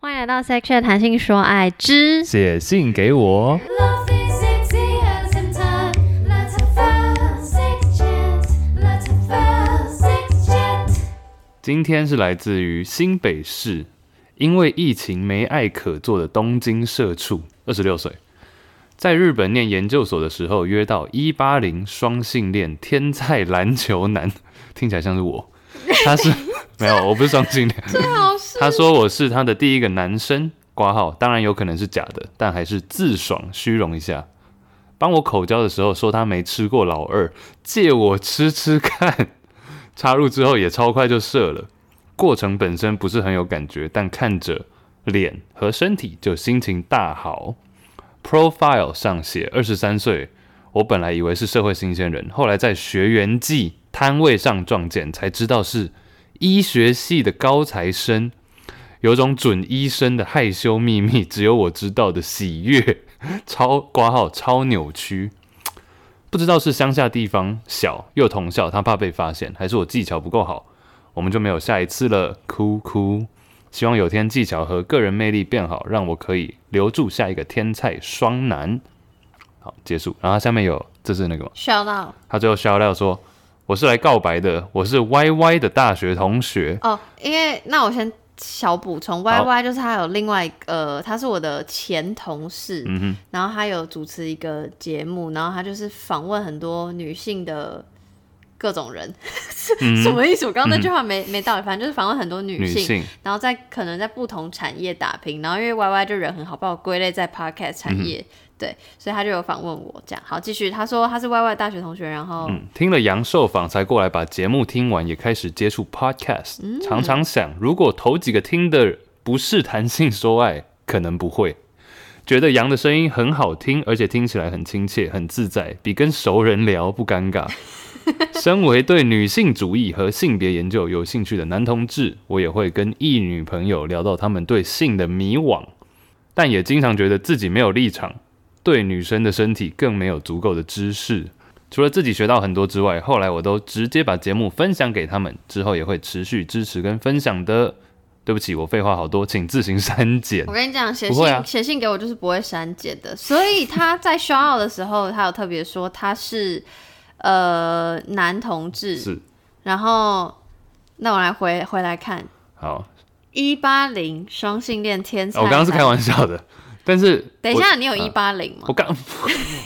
迎来到 Section 谈性说爱之写信给我。 Love is sexy as in time. Let's have a sex chat. Let's have a sex chat. 今天是来自于新北市，因为疫情没爱可做的东京社畜，二十六岁，在日本念研究所的时候约到一八零双性恋天才篮球男，听起来像是我，他是没有，我不是双性恋，他说我是他的第一个男生，挂号，当然有可能是假的，但还是自爽虚荣一下。帮我口交的时候说他没吃过老二，借我吃吃看。插入之后也超快就射了，过程本身不是很有感觉，但看着脸和身体就心情大好。Profile 上写二十三岁，我本来以为是社会新鲜人，后来在学员季摊位上撞见，才知道是医学系的高材生，有种准医生的害羞秘密，只有我知道的喜悦， 超挂号超扭曲。不知道是乡下地方小又同校，他怕被发现，还是我技巧不够好，我们就没有下一次了。哭哭，希望有天技巧和个人魅力变好，让我可以留住下一个天才双男。好，结束。然后他下面有，这是那个吗？ shout out 他最后 shout out 说：“我是来告白的，我是 Y Y 的大学同学。哦，因为那我先小补充，Y 好 Y 就是他有另外一个呃，他是我的前同事，嗯然后他有主持一个节目，然后他就是访问很多女性的各种人， 什么意思？我刚刚那句话没、没道理，反正就是访问很多嗯女性然后在可能在不同产业打拼，然后因为 Y Y 就人很好，把我归类在 podcast 产嗯业，对，所以他就有访问我这样。好，继续，他说他是 Y Y 大学同学，然后、嗯，听了杨受访才过来把节目听完，也开始接触 podcast、常常想，如果头几个听的不是谈性说爱，可能不会。觉得杨的声音很好听，而且听起来很亲切、很自在，比跟熟人聊不尴尬。身为对女性主义和性别研究有兴趣的男同志，我也会跟异女朋友聊到他们对性的迷惘，但也经常觉得自己没有立场，对女生的身体更没有足够的知识。除了自己学到很多之外，后来我都直接把节目分享给他们，之后也会持续支持跟分享的。对不起，我废话好多，请自行删减我。跟你讲，写不会信、啊写信给我就是不会删减的，所以他在 show out 的时候，他有特别说他是呃男同志，是然后那我来回回来看好，哦一八零双性恋天才，我刚刚是开玩笑的，但是等一我下，你有嗯一八零吗我？刚，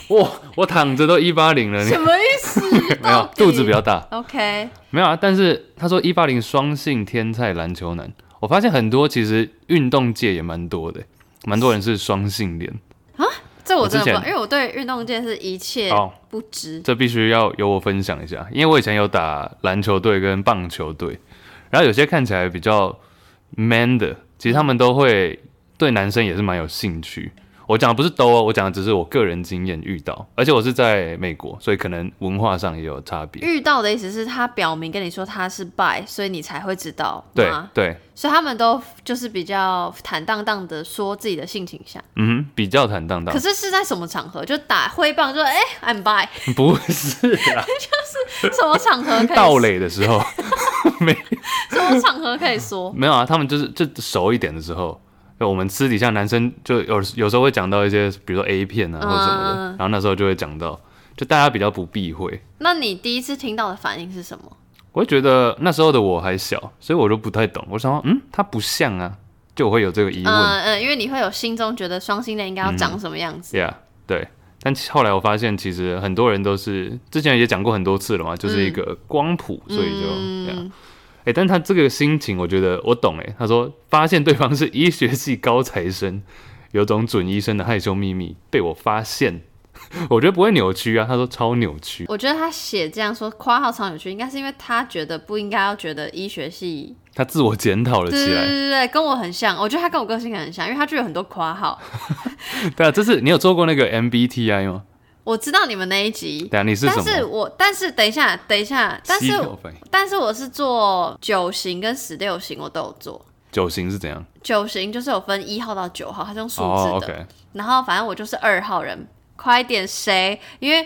哇，我躺着都一八零了，你什么意思？ 没有到底肚子比较大， OK，没有啊。但是他说一八零双性天菜篮球男，我发现很多其实运动界也蛮多的，蛮多人是双性恋，这我我之真的不知道，前因为我对运动界是一切哦不知。这必须要由我分享一下，因为我以前有打篮球队跟棒球队，然后有些看起来比较 man 的，其实他们都会对男生也是蛮有兴趣。我讲的不是都哦，我讲的只是我个人经验遇到，而且我是在美国，所以可能文化上也有差别。遇到的意思是他表明跟你说他是 bi，所以你才会知道对吗？对，所以他们都就是比较坦荡荡的说自己的性倾向，嗯哼，比较坦荡荡可，是是在什么场合？就打挥棒说哎、I'm bi，不是啦，什么场合可以？到垒的时候没什么场合可以说？ 没有啊，他们就是就熟一点的时候，就我们私底下男生就有有时候会讲到一些，比如说 A 片啊或什么的，嗯然后那时候就会讲到，就大家比较不避讳。那你第一次听到的反应是什么？我会觉得那时候的我还小，所以我就不太懂。我想说，嗯，他不像啊，就我会有这个疑问。嗯嗯，因为你会有心中觉得双性恋应该要长什么样子。 Yeah，对。但其后来我发现，其实很多人都是之前也讲过很多次了嘛，就是一嗯个光谱，所以就这样。哎、但他这个心情，我觉得我懂哎、他说发现对方是医学系高材生，有种准医生的害羞秘密被我发现，我觉得不会扭曲啊。他说超扭曲，我觉得他写这样说夸号超有趣，应该是因为他觉得不应该要觉得医学系，他自我检讨了对对起对来。对对，跟我很像。我觉得他跟我个性很像，因为他就有很多夸号。对啊，这是你有做过那个 MBTI 吗？我知道你们那一集，对啊，你是什但么？是我但是等一下等一下，但七是条反应但是我是做九型跟十六型，我都有做。九型是怎样？九型就是有分一号到九哦号，它是用数字的。哦，OK、o k 然后反正我就是二号人，快点谁？因为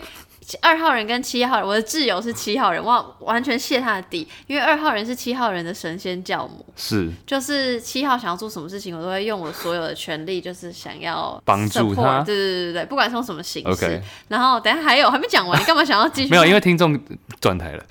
二号人跟七号人，我的挚友是七号人，哇，完全谢他的底，因为二号人是七号人的神仙教母，是就是七号想要做什么事情，我都会用我所有的权利，就是想要帮助 support，他对对对对，不管是用什么形式。 OK，然后等一下还有还没讲完，你干嘛想要继 续？ 没有，因为听众 转台了，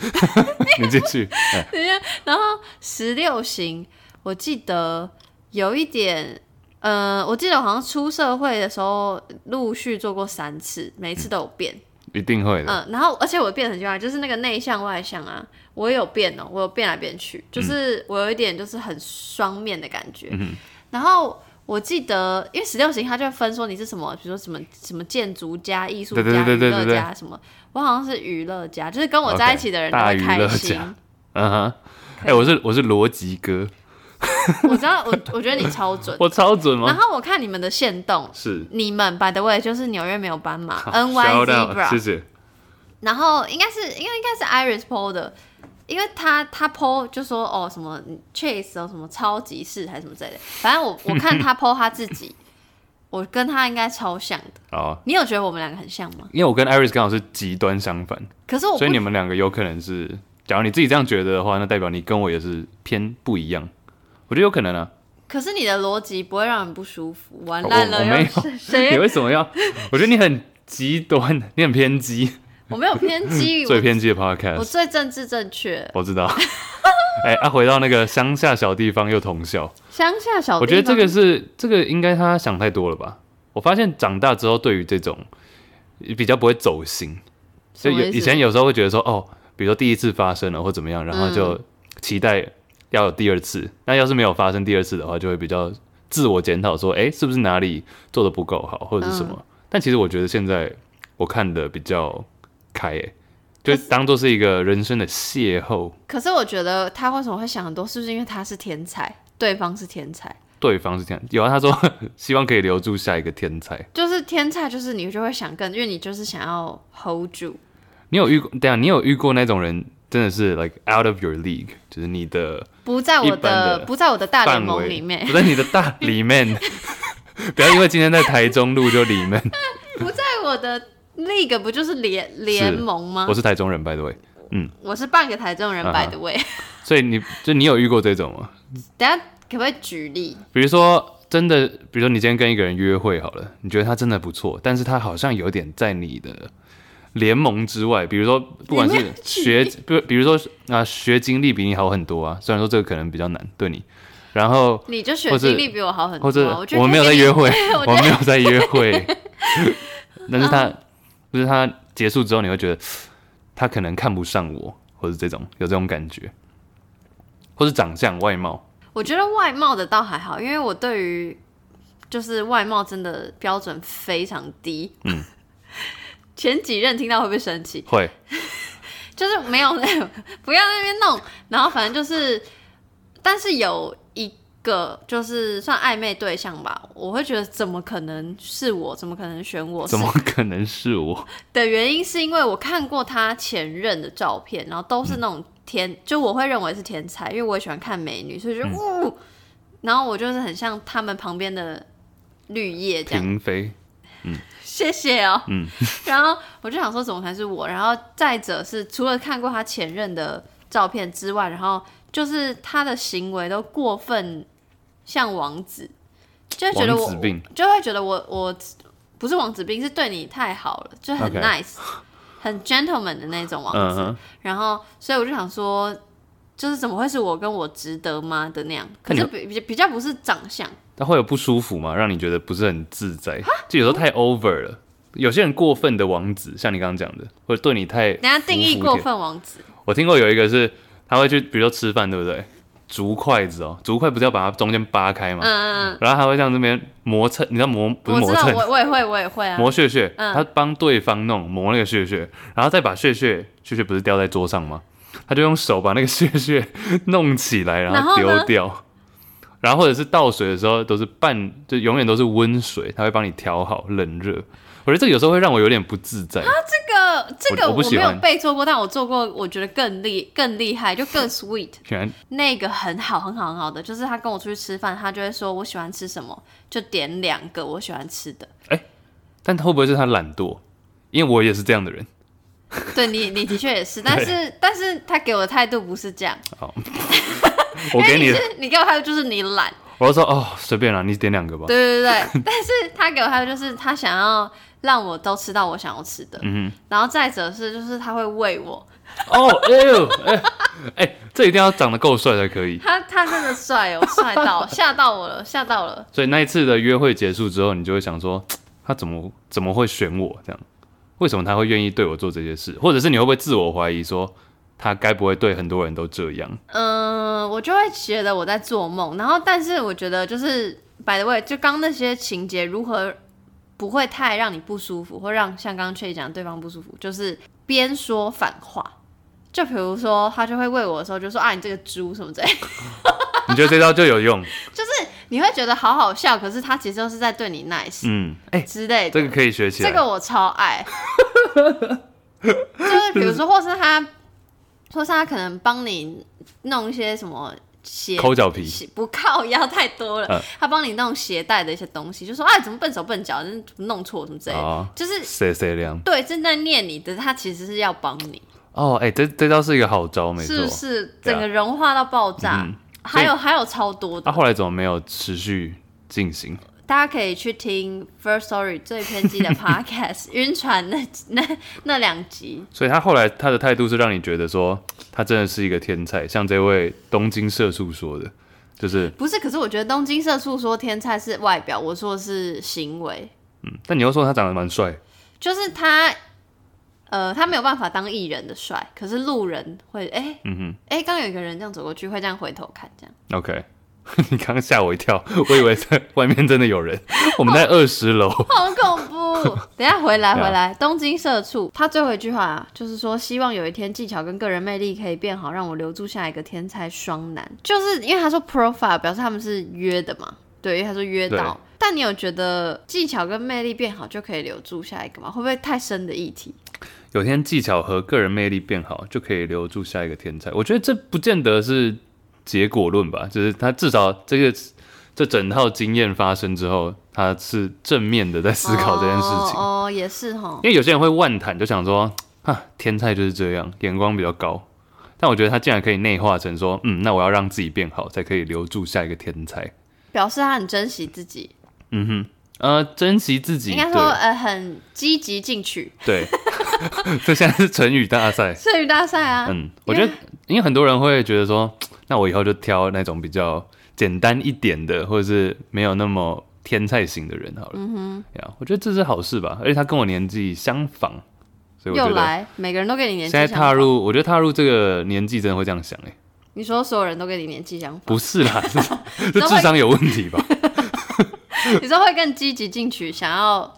你继续。哎等一下， 然后十六型，我记得有一点，呃，我记得我好像出社会的时候陆续做过三次，每一次都有变，一定会的，嗯、然后而且我变很奇怪，就是那个内向外向啊，我也有变哦、我有变来变去，就是我有一点就是很双面的感觉，嗯然后。我记得，因为十六型它就分说你是什么，比如说什么什么建筑家、艺术家、对对对对娱对乐对家什么。我好像是娱乐家，就是跟我在 OK，一起的人都大会娱开乐心。家嗯哼。哎、我是我是逻辑哥， 我知道，我我觉得你超准。 我啊超准然吗？后我看你们的线动，是你们 by the way 就是纽约没有斑马好 N Y shout out，谢 Zebra，谢。然后应该是应该应该是 Iris PO 的，因为他他 PO 就说哦什么 Chase 哦什么超级市还是什么之类的，反正我我看他 PO 他自 己，我跟他应该超像的。哦，你有觉得我们两个很像吗？因为我跟 Iris 刚好是极端相反，可是我不所以你们两个有可能是，假如你自己这样觉得的话，那代表你跟我也是偏不一样。我觉得有可能啊，可是你的逻辑不会让人不舒服，完我蛋了，哦我没又 是有谁你为什 么要？我觉得你很极端，你很偏激，我没有偏激， 最我偏激的我 podcast，最政治正确，我知道。 哎、啊，回到那个乡下小地方又同校，乡下小地方，我觉得这个是这个应该他想太多了吧？我发现长大之后，对于这种比较不会走心，什就么有意思以前有时候会觉得说，哦，比如说第一次发生了或怎么样，然后就嗯期待要有第二次。那要是没有发生第二次的话，就会比较自我检讨，说，哎、是不是哪里做的不够好，或者是什么？嗯但其实我觉得现在我看的比较开、诶就当做是一个人生的邂逅，可是我觉得他为什么会想很多，是不是因为他是天才，对方是天才，对方是这样。有啊，他说 希望可以留住下一个天才。就是天才，就是你就会想更，因为你就是想要 hold 住。你有遇过？等一下，你有遇过那种人，真的是 like out of your league，就是你的不在我一般的的不在我的大联范盟围里面不，在你的大 里面。不要因为今天在台中录就里面，不在我的 league 不就是联联盟吗我？是台中人，by the way。我是半个台中人啊哈，by the way。所以你就你有遇过这种吗？等下可不可以举例？比如说真的，比如说你今天跟一个人约会好了，你觉得他真的不错，但是他好像有点在你的联盟之外，比如说不管你没是有学，比比如说啊、学经历比你好很多啊，虽然说这个可能比较难对你，然后你就学或是经历比我好很多或者啊，觉得我可以没有在跟你，约会 我我觉没得嗯有在约会， 但是他不是他结束之后，你会觉得他可能看不上我，或者这种有这种感觉，或是长相外貌，我觉得外貌的倒还好，因为我对于就是外貌真的标准非常低。嗯， 前几任听到会不会生气？会就是没有 那种不要在那边弄，然后反正就是，但是有一个就是算暧昧对象吧，我会觉得怎么可能是我，怎么可能选我？怎么是可能是我？的原因是因为我看过他前任的照片，然后都嗯是那种天，就我会认为是天才，因为我也喜欢看美女，所以就嗯呜、然后我就是很像他们旁边的绿叶这样。嫔妃谢谢哦。嗯 然后我就想说，怎么才是我？然后再者是，除了看过他前任的照片之外，然后就是他的行为都过分像王子，就会觉得王我子病就会觉得我我不是王子病，是对你太好了，就很 OK nice 很 gentleman 的那种王嗯子。哼，然后，所以我就想说。就是怎么会是我跟我值得吗的那样？可那你是比比比较不是长相，那会有不舒服吗？让你觉得不是很自在？就有时候太 over 了。有些人过分的王子，像你刚刚讲的，或者对你太人家定义无过福分王子，我听过有一个是他会去，比如说吃饭，对不对？竹筷子哦，竹筷不是要把它中间扒开嘛？嗯嗯嗯，然后他会像这边磨蹭，你知道磨哦不是我磨知道，蹭，我我也会，我也会啊，磨屑屑，嗯他帮对方弄磨那个屑屑，然后再把屑屑屑屑不是掉在桌上吗？他就用手把那个屑屑弄起来，然然后后呢丢掉。然后或者是倒水的时候都是半，就永远都是温水，他会帮你调好冷热。我觉得这个有时候会让我有点不自在。这个这个我我不喜没欢有被做过，但我做过，我觉得更厉更厉害，就更 sweet。显然那个很好很好很好的，就是他跟我出去吃饭，他就会说我喜欢吃什么，就点两个我喜欢吃的。但会不会是他懒惰？因为我也是这样的人， 对你，你的确也是，但是但是他给我的态度不是这样，我给因你为，是哎你给我态度就是你懒，我就说哦，随便啦，你点两个吧。对对对，对 但是他给我态度就是他想要让我都吃到我想要吃的，嗯然后再者是就是他会喂我，哼，哦，哎呦，哎哎，这一定要长得够帅才可以。他他真的帅哦，帅到吓到我了，吓到了，所以那一次的约会结束之后，你就会想说，嘖他怎么怎么会选我这样？为什么他会愿意对我做这些事？或者是你会不会自我怀疑说，他该不会对很多人都这样？嗯，我就会觉得我在做梦，然后但是我觉得就是，by the way，就刚那些情节如何不会太让你不舒服，或让像刚刚翠讲对方不舒服，就是边说反话。就比如说，他就会喂我的时候就说啊，你这个猪什么之类的，你觉得这招就 有用？就是你会觉得好好笑，可是他其实都是在对你 nice 嗯，哎、之类的。这个可以学起来。这个我超爱，就是比如说，或是他，或是他可能帮你弄一些什么鞋抠脚皮，鞋不靠腰太多了，嗯他帮你弄鞋带的一些东西，就说哎怎么笨手笨脚，真是弄错什么之类的，哦就是谁谁凉？对正在念你的，他其实是要帮你，哦，哎、这这招是一个好招，没错。是不是对整啊个融化到爆炸？嗯所还以啊有还有超多的那、，后来怎么没有持续进行？大家可以去听 First Story 最偏 激的 Podcast 晕船那那那两集，所以他后来他的态度是让你觉得说他真的是一个天才，像这位东京社畜说的，就是，不是，可是我觉得东京社畜说天才是外表，我说的是行为，嗯但你又说他长得蛮帅，就是他，呃，他没有办法当艺人的帅，可是路人会，哎、嗯哎，刚、有一个人这样走过去，会这样回头看，这样哼，OK，你 刚刚吓我一跳，我以为在外面真的有人， 我们在二十楼，好恐 怖。等一下回来对回啊来，东京社畜他最后一句话、啊、就是说，希望有一天技巧跟个人魅力可以变好，让我留住下一个天才双男。就是因为他说 profile 表示他们是约的嘛，对，因为他说约到对。但你有觉得技巧跟魅力变好就可以留住下一个吗？会不会太深的议题？有天技巧和个人魅力变好，就可以留住下一个天才。我觉得这不见得是结果论吧，就是他至少这个这整套经验发生之后，他是正面的在思考这件事情。哦，哦也是哈因。为有些人会万谈，就想说，啊，天才就是这样，眼光比较高。但我觉得他竟然可以内化成说，嗯，那我要让自己变好，才可以留住下一个天才。表示他很珍惜自己，嗯哼，呃，珍惜自己，应该说呃很积极进取，对对， 这现在是成语大赛。剩余大赛啊，嗯，我觉得，因为很多人会觉得说，那我以后就挑那种比较简单一点的，或者是没有那么天才型的人好了。嗯哼，呀，我觉得这是好事吧，而且他跟我年纪相仿，所以我又觉得来，每个人都跟你年现纪在相踏仿，入，我觉得踏入这个年纪真的会这样想、欸，哎，你说所有人都跟你年纪相仿，不是啦， 这这智商有问题吧？你说会更积极进取，想要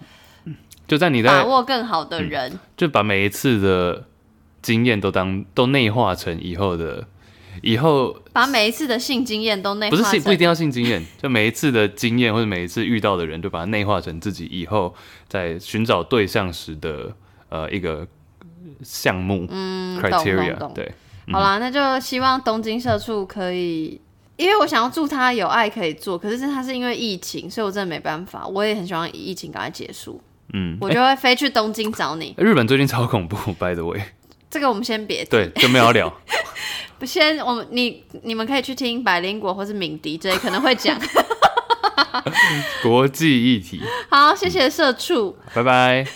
就在你把在嗯握更好的人，就把每一次的经验都当都内化成以后的以后把每一次的性经验都内不化是性不一成定要性经验，就每一次的经验或者每一次遇到的人，就把它内化成自己以后在寻找对象时的呃一个项目、嗯懂懂 criteria。懂。对，好啦，那就希望东京社畜可以，因为我想要祝他有爱可以做，可是他是因为疫情，所以我真的没办法，我也很希望疫情赶快结束，嗯，我就会飞去东京找你。日本最近超恐怖，by the way，这个我们先别提对，就没有 要聊。不先，我们你你们可以去听百灵果或是敏迪这些可能会讲。国际议题，好，谢谢社畜。拜拜。